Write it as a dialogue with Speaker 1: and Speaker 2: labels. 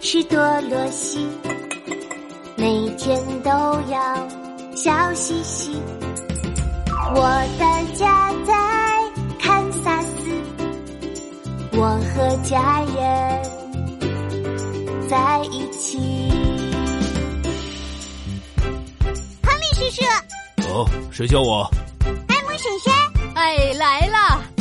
Speaker 1: 是多罗西，每天都要笑嘻嘻。我的家在堪萨斯，我和家人在一起。
Speaker 2: 亨利叔叔，
Speaker 3: 哦，谁叫我？
Speaker 2: 爱慕婶婶，
Speaker 4: 哎，来啦！